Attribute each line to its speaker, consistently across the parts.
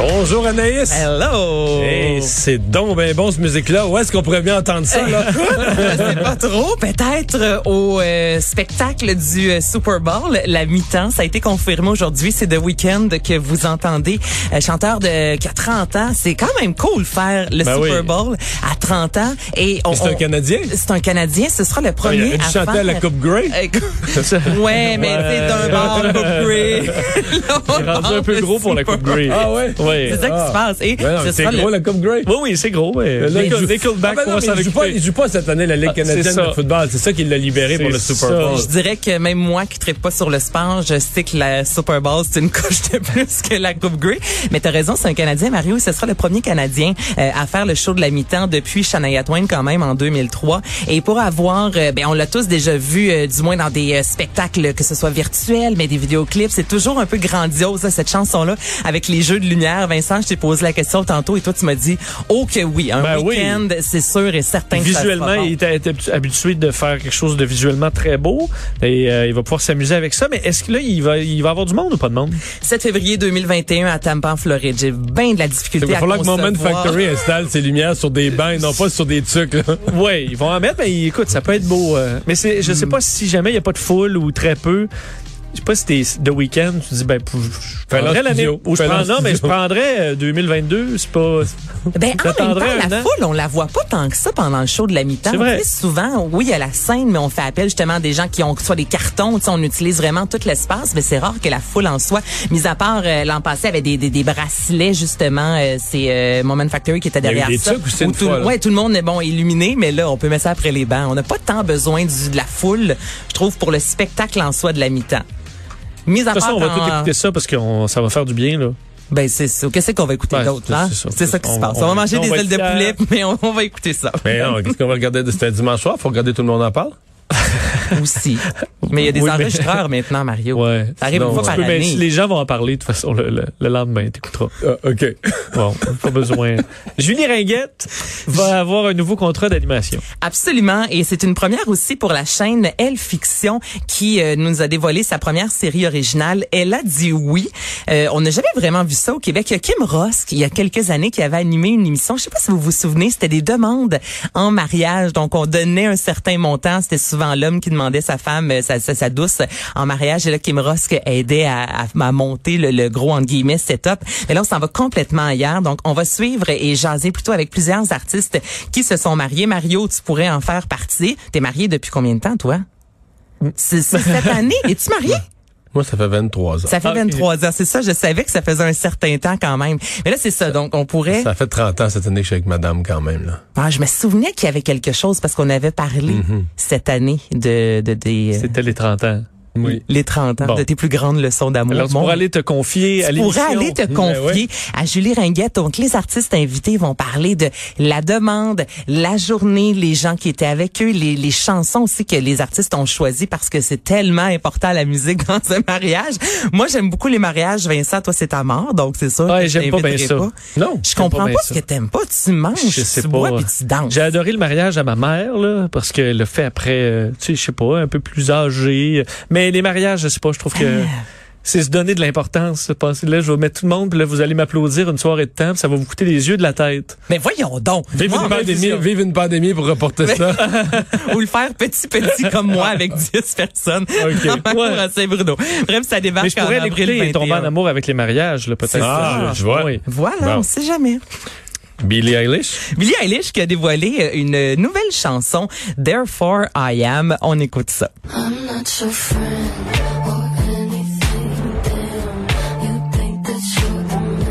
Speaker 1: Bonjour Anaïs.
Speaker 2: Hello!
Speaker 1: Hey, c'est donc ben bon ce musique-là. Où est-ce qu'on pourrait bien entendre ça là
Speaker 2: C'est pas trop. Peut-être euh, au euh, spectacle du euh, Super Bowl, la mi-temps, ça a été confirmé aujourd'hui. C'est The Weeknd que vous entendez. Euh, chanteur de qui a 30 ans, c'est quand même cool faire le
Speaker 1: Ben
Speaker 2: Super
Speaker 1: oui.
Speaker 2: Bowl à 30 ans. Et on,
Speaker 1: Mais c'est un
Speaker 2: on-
Speaker 1: Canadien. Ah,
Speaker 2: C'est un Canadien. Ce sera le
Speaker 1: Il
Speaker 2: premier
Speaker 1: aurait dû
Speaker 2: à
Speaker 1: chanter
Speaker 2: faire-
Speaker 1: à la Coupe Grey.
Speaker 2: Euh, ouais, mais c'est d'un bar Coupe Grey.
Speaker 3: C'est rendu un peu gros pour la Coupe Grey.
Speaker 1: Ah ouais.
Speaker 3: Ouais.
Speaker 2: C'est ça qui se passe. Et
Speaker 1: Ouais, non,
Speaker 2: ce
Speaker 1: c'est
Speaker 2: sera le-
Speaker 1: gros la Coupe Grey.
Speaker 3: Oui, oui, c'est gros. Mais...
Speaker 1: Le Nickel-
Speaker 3: Nickel- Nickelback,
Speaker 1: Ah ben non,
Speaker 3: on va
Speaker 1: mais
Speaker 3: s'en
Speaker 1: il joue pas,
Speaker 3: occuper.
Speaker 1: il joue pas cette année la Ligue
Speaker 3: Ah, c'est
Speaker 1: canadienne
Speaker 3: ça.
Speaker 1: de football. C'est ça qui l'a libéré pour
Speaker 3: C'est
Speaker 1: le Super
Speaker 3: ça.
Speaker 1: Bowl.
Speaker 2: Je dirais que même moi qui tripe pas sur le sport, je sais que la Super Bowl, c'est une couche de plus que la Coupe Grey. Mais t'as raison, c'est un Canadien, Mario, et ce sera le premier Canadien euh, à faire le show de la mi-temps depuis Shania Twain quand même en 2003. Et pour avoir, euh, ben, on l'a tous déjà vu, euh, du moins dans des euh, spectacles, que ce soit virtuels, mais des vidéoclips, c'est toujours un peu grandiose, là, cette chanson-là, avec les jeux de lumière. Vincent, je t'ai posé la question tantôt et toi, tu m'as dit, oh que oui, un
Speaker 3: Ben oui.
Speaker 2: week-end, c'est sûr et certain que ça sera
Speaker 3: Visuellement,
Speaker 2: bon.
Speaker 3: il était habtu- habitué de faire quelque chose de visuellement très beau et euh, il va pouvoir s'amuser avec ça. Mais est-ce que là, il va, il va avoir du monde ou pas de monde?
Speaker 2: 7 février 2021 à Tampa, en Floride. J'ai bien de la difficulté
Speaker 1: Il va
Speaker 2: à
Speaker 1: falloir que Moment
Speaker 2: concevoir.
Speaker 1: Factory installe ses lumières sur des bains, et non pas sur des trucs. là.
Speaker 3: Oui, ils vont en mettre, mais écoute, ça peut être beau. euh, mais c'est, je sais
Speaker 1: Mm.
Speaker 3: pas si jamais il n'y a pas de foule ou très peu. Je sais pas si t'es de week-end, tu dis, ben, pou- je
Speaker 1: Fais-le en
Speaker 3: prendrais l'année.
Speaker 1: studio.
Speaker 3: Ou je
Speaker 1: Fais-le en
Speaker 3: prends, non, mais je
Speaker 1: studio.
Speaker 3: prendrais euh, 2022, c'est pas.
Speaker 2: Ben, en même
Speaker 3: T'attendrais
Speaker 2: temps,
Speaker 3: un
Speaker 2: la
Speaker 3: an.
Speaker 2: foule, on la voit pas tant que ça pendant le show de la mi-temps.
Speaker 3: C'est vrai.
Speaker 2: Tu sais, Souvent, oui, il y a la scène, mais on fait appel justement à des gens qui ont soit des cartons, tu sais, on utilise vraiment tout l'espace, mais c'est rare que la foule en soit. Mis à part euh, l'an passé, avec des, des, des bracelets justement, euh, c'est euh, Moment Factory qui était
Speaker 1: y a eu
Speaker 2: derrière
Speaker 1: des
Speaker 2: ça.
Speaker 1: trucs aussi une
Speaker 2: Où tout,
Speaker 1: fois, là.
Speaker 2: ouais, tout le monde est bon illuminé, mais là, on peut mettre ça après les bancs. On n'a pas tant besoin du, de la foule, je trouve, pour le spectacle en soi de la mi-temps. Mis à
Speaker 3: De toute
Speaker 2: part
Speaker 3: façon, on va
Speaker 2: quand-
Speaker 3: tout écouter ça parce que ça va faire du bien, là.
Speaker 2: Ben c'est ça. Qu'est-ce qu'on va écouter
Speaker 3: Ben,
Speaker 2: d'autre
Speaker 3: c'est-
Speaker 2: là
Speaker 3: c'est ça.
Speaker 2: C'est ça qui se
Speaker 3: On-
Speaker 2: passe. On,
Speaker 3: on-
Speaker 2: va manger
Speaker 3: on
Speaker 2: des
Speaker 3: va
Speaker 2: ailes de
Speaker 3: être
Speaker 2: poulet,
Speaker 3: fiers.
Speaker 2: mais on, on va écouter ça
Speaker 1: Mais non, qu'est-ce qu'on va regarder? C'était un dimanche soir, faut regarder tout le monde en parle.
Speaker 2: aussi. Mais il y a des
Speaker 3: Oui, mais-
Speaker 2: enregistreurs maintenant, Mario.
Speaker 3: Ouais.
Speaker 2: Ça arrive
Speaker 1: Sinon,
Speaker 2: une fois
Speaker 3: Tu
Speaker 2: par
Speaker 3: peux, mais si
Speaker 2: année.
Speaker 3: les gens vont en parler, de toute façon, le, le- le lendemain, t'écouteras.
Speaker 1: Ah, OK.
Speaker 3: Bon, pas besoin. Julie Ringuette va avoir un nouveau contrat d'animation.
Speaker 2: Absolument. Et c'est une première aussi pour la chaîne Elle Fiction qui euh, nous a dévoilé sa première série originale. Elle a dit oui. Euh, on n'a jamais vraiment vu ça au Québec. Il y a Kim Ross, qui, il y a quelques années, qui avait animé une émission. Je sais pas si vous vous souvenez, c'était des demandes en mariage. Donc, on donnait un certain montant. C'était souvent l'homme qui demandait sa femme, euh, sa, sa, sa douce, en mariage. Et là, Kim Ross qui aidait à, à, à monter le, le gros, entre guillemets, setup. Mais là, on s'en va complètement ailleurs. Donc, on va suivre et jaser plutôt avec plusieurs artistes qui se sont mariés. Mario, tu pourrais en faire partie. T'es marié depuis combien de temps, toi? C'est c'est cette année. Es-tu marié?
Speaker 1: Moi, ça fait 23 ans.
Speaker 2: Ça fait
Speaker 3: Ok.
Speaker 2: 23 ans. C'est ça, je savais que ça faisait un certain temps quand même. Mais là, c'est ça. Donc, on pourrait...
Speaker 1: Ça fait 30 ans cette année que je suis avec madame quand même. Là.
Speaker 2: Ah, je me souvenais qu'il y avait quelque chose parce qu'on avait parlé cette année de, de, des, euh,
Speaker 3: C'était les 30 ans.
Speaker 1: Oui.
Speaker 2: les 30 ans,
Speaker 3: Bon.
Speaker 2: de tes plus grandes leçons d'amour.
Speaker 3: Alors, tu
Speaker 2: Mon
Speaker 3: pourras aller te confier à
Speaker 2: Tu
Speaker 3: l'émission. Ben
Speaker 2: pourrais aller te confier à Julie Ringuette. Donc, les artistes invités vont parler de la demande, la journée, les gens qui étaient avec eux, les, les chansons aussi que les artistes ont choisies parce que c'est tellement important la musique dans un mariage. Moi, j'aime beaucoup les mariages. Vincent, toi, c'est ta mort, donc c'est sûr.
Speaker 3: Ouais,
Speaker 2: que je
Speaker 3: j'aime pas bien
Speaker 2: t'inviterai
Speaker 3: ça.
Speaker 2: pas.
Speaker 3: Non,
Speaker 2: Je
Speaker 3: j'aime
Speaker 2: comprends
Speaker 3: pas
Speaker 2: pas,
Speaker 3: bien
Speaker 2: ce
Speaker 3: ça.
Speaker 2: que t'aimes pas. Tu manges,
Speaker 3: Je sais
Speaker 2: tu bois
Speaker 3: pas.
Speaker 2: puis tu danses.
Speaker 3: J'ai adoré le mariage à ma mère, là, parce qu'elle le fait après, euh, tu sais, je sais pas, un peu plus âgé. Mais les mariages, je sais pas, je trouve que
Speaker 2: Ah.
Speaker 3: c'est se donner de l'importance. se penser, Là, je vais mettre tout le monde, puis là, vous allez m'applaudir une soirée de temps, puis ça va vous coûter les yeux de la tête.
Speaker 2: Mais voyons donc.
Speaker 1: Vive,
Speaker 3: Ah,
Speaker 2: Moi,
Speaker 1: une pandémie, vive une pandémie pour reporter ça.
Speaker 2: ou le faire petit petit comme moi avec 10 personnes.
Speaker 3: Ok.
Speaker 2: En
Speaker 3: Ouais.
Speaker 2: à Saint-Bruno. Bref, ça débarque
Speaker 3: Mais je
Speaker 2: en
Speaker 3: pourrais
Speaker 2: avril
Speaker 3: l'écouter et Ah, tomber
Speaker 2: 21.
Speaker 3: en amour avec les mariages, là,
Speaker 2: C'est
Speaker 3: peut-être.
Speaker 2: ça.
Speaker 1: je vois.
Speaker 3: Oui.
Speaker 2: Voilà,
Speaker 1: Bon.
Speaker 2: on sait jamais.
Speaker 1: Billie Eilish.
Speaker 2: Billie Eilish qui a dévoilé euh, une nouvelle chanson, Therefore I Am. On écoute ça.
Speaker 4: I'm not your friend or anything, damn. You think that you're the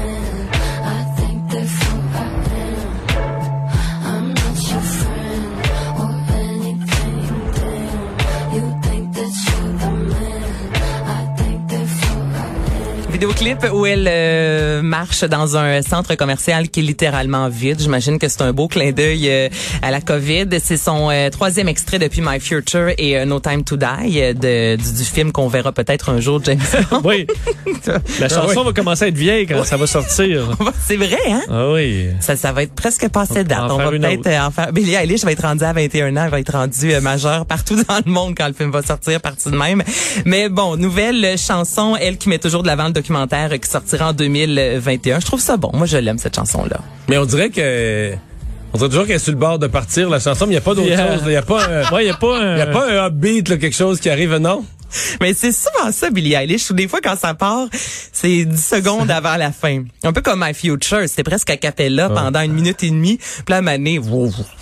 Speaker 2: vidéoclip où elle euh, marche dans un centre commercial qui est littéralement vide. J'imagine que c'est un beau clin d'œil euh, à la COVID. C'est son euh, troisième extrait depuis My Future et euh, No Time to Die euh, de- du, du film qu'on verra peut-être un jour, James. Bond.
Speaker 3: Oui, la chanson va commencer à être vieille quand ça va sortir.
Speaker 2: c'est vrai, hein?
Speaker 3: Ah oui.
Speaker 2: Ça, ça va être presque passé de date.
Speaker 3: En
Speaker 2: On
Speaker 3: faire
Speaker 2: va
Speaker 3: une
Speaker 2: peut-être
Speaker 3: autre.
Speaker 2: euh, en faire. Billie Eilish va être rendue à 21 ans, elle va être rendue euh, majeure partout dans le monde quand le film va sortir, partie de même. Mais bon, nouvelle euh, chanson, elle qui met toujours de l'avant le documentaire euh, qui sortira en 2021. Je trouve ça bon. Moi, je l'aime cette chanson-là.
Speaker 1: Mais on dirait que. On dirait toujours qu'elle est sur le bord de partir, la chanson, mais il n'y a pas d'autre
Speaker 3: Yeah.
Speaker 1: chose. Il n'y a pas un.
Speaker 3: Ouais, il n'y a pas un...
Speaker 1: y a pas un upbeat, là, quelque chose qui arrive, non?
Speaker 2: Mais c'est souvent ça, Billie Eilish. Ou des fois, quand ça part, c'est 10 secondes avant la fin. Un peu comme My Future. C'était presque à cappella pendant une minute et demie. Puis la manée,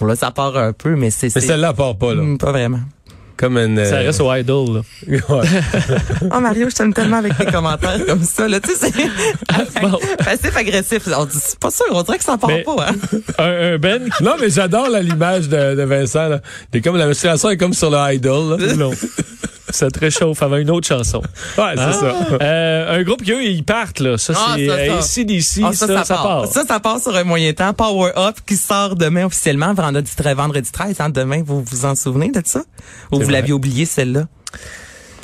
Speaker 2: là, ça part un peu, mais c'est...
Speaker 1: Mais
Speaker 2: c'est-
Speaker 1: celle-là, elle part pas, là.
Speaker 2: Hmm, Pas vraiment.
Speaker 1: Comme une. euh,
Speaker 3: Ça reste au idol. là.
Speaker 1: ouais.
Speaker 3: Mm-hmm.
Speaker 2: Oh Mario, je t'aime tellement avec tes commentaires comme ça là, tu sais, c'est
Speaker 3: Ah, Bon.
Speaker 2: passif agressif. On dit c'est pas sûr, on dirait que ça part
Speaker 3: Mais-
Speaker 2: pas hein.
Speaker 3: Un, un Ben qui...
Speaker 1: Non, mais j'adore là, l'image de, de Vincent. Là. Il est comme la musculation est comme sur le idol. là.
Speaker 3: Non. Ça te réchauffe avant une autre chanson.
Speaker 1: Ouais,
Speaker 3: Ah.
Speaker 1: c'est ça.
Speaker 3: Euh, un groupe qui, eux, ils partent, là. Ça,
Speaker 2: Ah,
Speaker 3: c'est
Speaker 2: ça, ça.
Speaker 3: ACDC,
Speaker 2: Ah,
Speaker 3: ça, ça, part.
Speaker 2: Ça ça part sur un moyen temps Power Up qui sort demain officiellement vendredi 13 vendredi 13 hein, demain vous vous en souvenez de ça Ou vous
Speaker 1: vrai.
Speaker 2: l'aviez oublié celle-là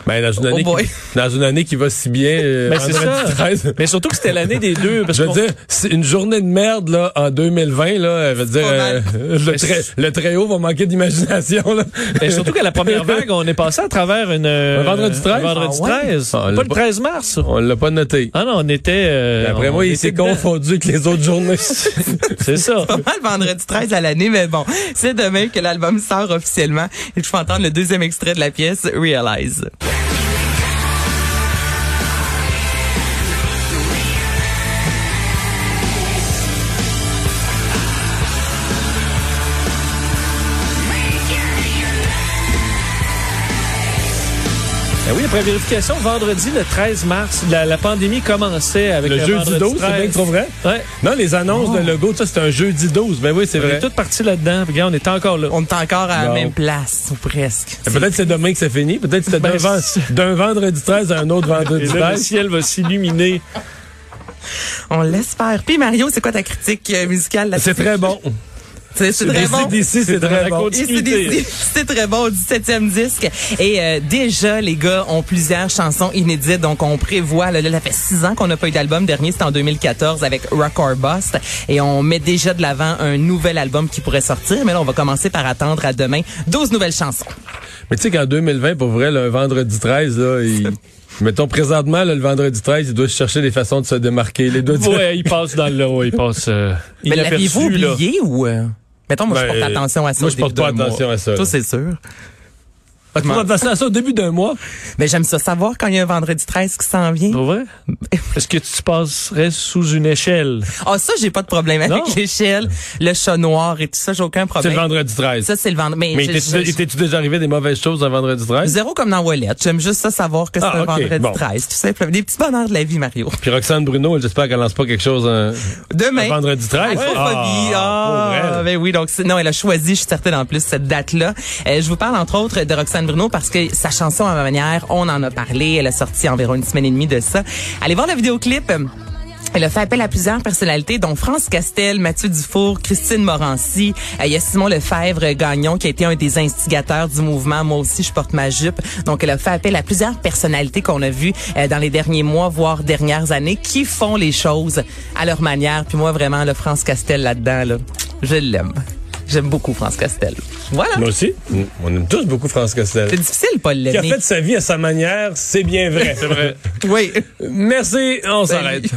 Speaker 1: Ben, dans, une année
Speaker 2: boy.
Speaker 1: qui, dans une année qui va si bien. euh,
Speaker 3: Oh Ben, c'est
Speaker 1: vendredi
Speaker 3: ça.
Speaker 1: 13.
Speaker 3: Mais surtout que c'était l'année des deux. Parce
Speaker 1: Je veux
Speaker 3: qu'on-
Speaker 1: dire, c'est une journée de merde là en 2020 là, je veux dire
Speaker 2: pas mal.
Speaker 1: euh, le, très, le très haut va manquer d'imagination là.
Speaker 3: Mais Ben, surtout qu'à la première vague, on est passé à travers une... euh,
Speaker 1: Un vendredi 13?
Speaker 3: vendredi
Speaker 2: Ah ouais?
Speaker 3: 13.
Speaker 1: Ah,
Speaker 3: pas
Speaker 1: le-
Speaker 3: le Oh, 13 mars.
Speaker 1: On l'a pas noté.
Speaker 3: Ah non, on était... euh,
Speaker 1: Après
Speaker 3: on
Speaker 1: moi, il
Speaker 3: était
Speaker 1: s'est
Speaker 3: dedans.
Speaker 1: confondu avec les autres journées.
Speaker 3: C'est ça.
Speaker 2: Pas mal vendredi 13 à l'année mais bon, c'est demain que l'album sort officiellement et je vous entendre le deuxième extrait de la pièce Realize.
Speaker 3: Ben oui, après vérification, vendredi le 13 mars, la, la pandémie commençait avec
Speaker 1: le jeudi 12, c'est bien que trop vrai.
Speaker 3: Ouais.
Speaker 1: Non, les annonces de logo, ça c'est un jeudi 12. Ben oui, c'est
Speaker 3: On est
Speaker 1: vrai.
Speaker 3: tous partis là-dedans. Puis, Regarde, on est encore là.
Speaker 2: On est encore à la
Speaker 1: Non.
Speaker 2: même place ou presque.
Speaker 3: Eh
Speaker 1: Et Peut-être que c'est demain que ça finit. Peut-être que c'était d'un
Speaker 3: Ben,
Speaker 1: ven- d'un vendredi 13 à un autre
Speaker 3: Et
Speaker 1: vendredi
Speaker 3: là, le
Speaker 1: 13.
Speaker 3: ciel va s'illuminer.
Speaker 2: On laisse faire. Puis Mario, c'est quoi ta critique euh, musicale là
Speaker 1: C'est très bon.
Speaker 2: C'est c'est très
Speaker 1: Les
Speaker 2: bon.
Speaker 1: CDC, c'est
Speaker 3: dans la
Speaker 1: très bon.
Speaker 3: côte.
Speaker 2: ACDC, C'est très bon, 17e disque. Et euh, déjà, les gars ont plusieurs chansons inédites, donc on prévoit, là, là, ça fait six ans qu'on n'a pas eu d'album. Dernier, c'était en 2014 avec Rock or Bust. Et on met déjà de l'avant un nouvel album qui pourrait sortir. Mais là, on va commencer par attendre à demain 12 nouvelles chansons.
Speaker 1: Mais tu sais qu'en 2020, pour vrai, le vendredi 13, là, il- mettons présentement, là, le vendredi 13, il doit se chercher des façons de se démarquer. Il doit dire,
Speaker 3: Ouais, il passe dans le haut, il passe. Euh,
Speaker 2: Mais
Speaker 3: inaperçu,
Speaker 2: l'aviez-vous
Speaker 3: là.
Speaker 2: oublié ou... euh, Mettons, moi, je
Speaker 1: Ben,
Speaker 2: porte attention à ça.
Speaker 1: moi,
Speaker 2: au
Speaker 1: je porte
Speaker 2: début
Speaker 1: pas
Speaker 2: d'un mois.
Speaker 1: attention à ça,
Speaker 2: Toi,
Speaker 1: là.
Speaker 2: c'est sûr.
Speaker 1: Parce qu'on va passer à ça au début d'un mois.
Speaker 2: Mais ben, j'aime ça savoir quand il y a un vendredi 13 qui s'en vient.
Speaker 3: Pour vrai? Est-ce que tu passerais sous une échelle?
Speaker 2: Ah, ça, j'ai pas de problème avec
Speaker 3: Non.
Speaker 2: l'échelle, le chat noir et tout ça, j'ai aucun
Speaker 1: C'est
Speaker 2: problème.
Speaker 1: le vendredi 13.
Speaker 2: Ça, c'est le vendredi. Mais,
Speaker 1: mais
Speaker 2: je-
Speaker 1: t'es-
Speaker 2: je-
Speaker 1: t'es-tu déjà arrivé des mauvaises choses un vendredi 13?
Speaker 2: zéro comme dans Wallet. J'aime juste ça savoir que c'est
Speaker 1: Ah,
Speaker 2: un
Speaker 1: ok,
Speaker 2: vendredi
Speaker 1: bon.
Speaker 2: 13, tout simplement. Des petits bonheurs de la vie, Mario.
Speaker 1: Puis Roxane Bruno, j'espère qu'elle lance pas quelque chose hein. un, un
Speaker 2: Demain.
Speaker 1: vendredi 13.
Speaker 2: Acrophobie.
Speaker 1: pauvre
Speaker 2: Ah,
Speaker 1: elle.
Speaker 2: ben oui, donc c'est- non, elle a choisi, je suis certaine en plus, cette date-là. Euh, je vous parle entre autres de Roxane Bruno parce que sa chanson, à ma manière, on en a parlé, elle a sorti environ une semaine et demie de ça. Allez voir le vidéoclip. Elle a fait appel à plusieurs personnalités, dont France Castel, Mathieu Dufour, Christine Morancy. Euh, Il y a Simon Lefebvre euh, Gagnon, qui a été un des instigateurs du mouvement Moi aussi, je porte ma jupe. Donc, elle a fait appel à plusieurs personnalités qu'on a vues euh, dans les derniers mois, voire dernières années, qui font les choses à leur manière. Puis moi, vraiment, le France Castel là-dedans, là, je l'aime. J'aime beaucoup France Castel. Voilà.
Speaker 1: Moi aussi. Mm, On aime tous beaucoup France Castel.
Speaker 2: C'est difficile, Paul
Speaker 1: Qui a
Speaker 2: Lemay.
Speaker 1: fait sa vie à sa manière, c'est bien vrai. C'est vrai.
Speaker 2: Oui.
Speaker 1: Merci, on s'arrête.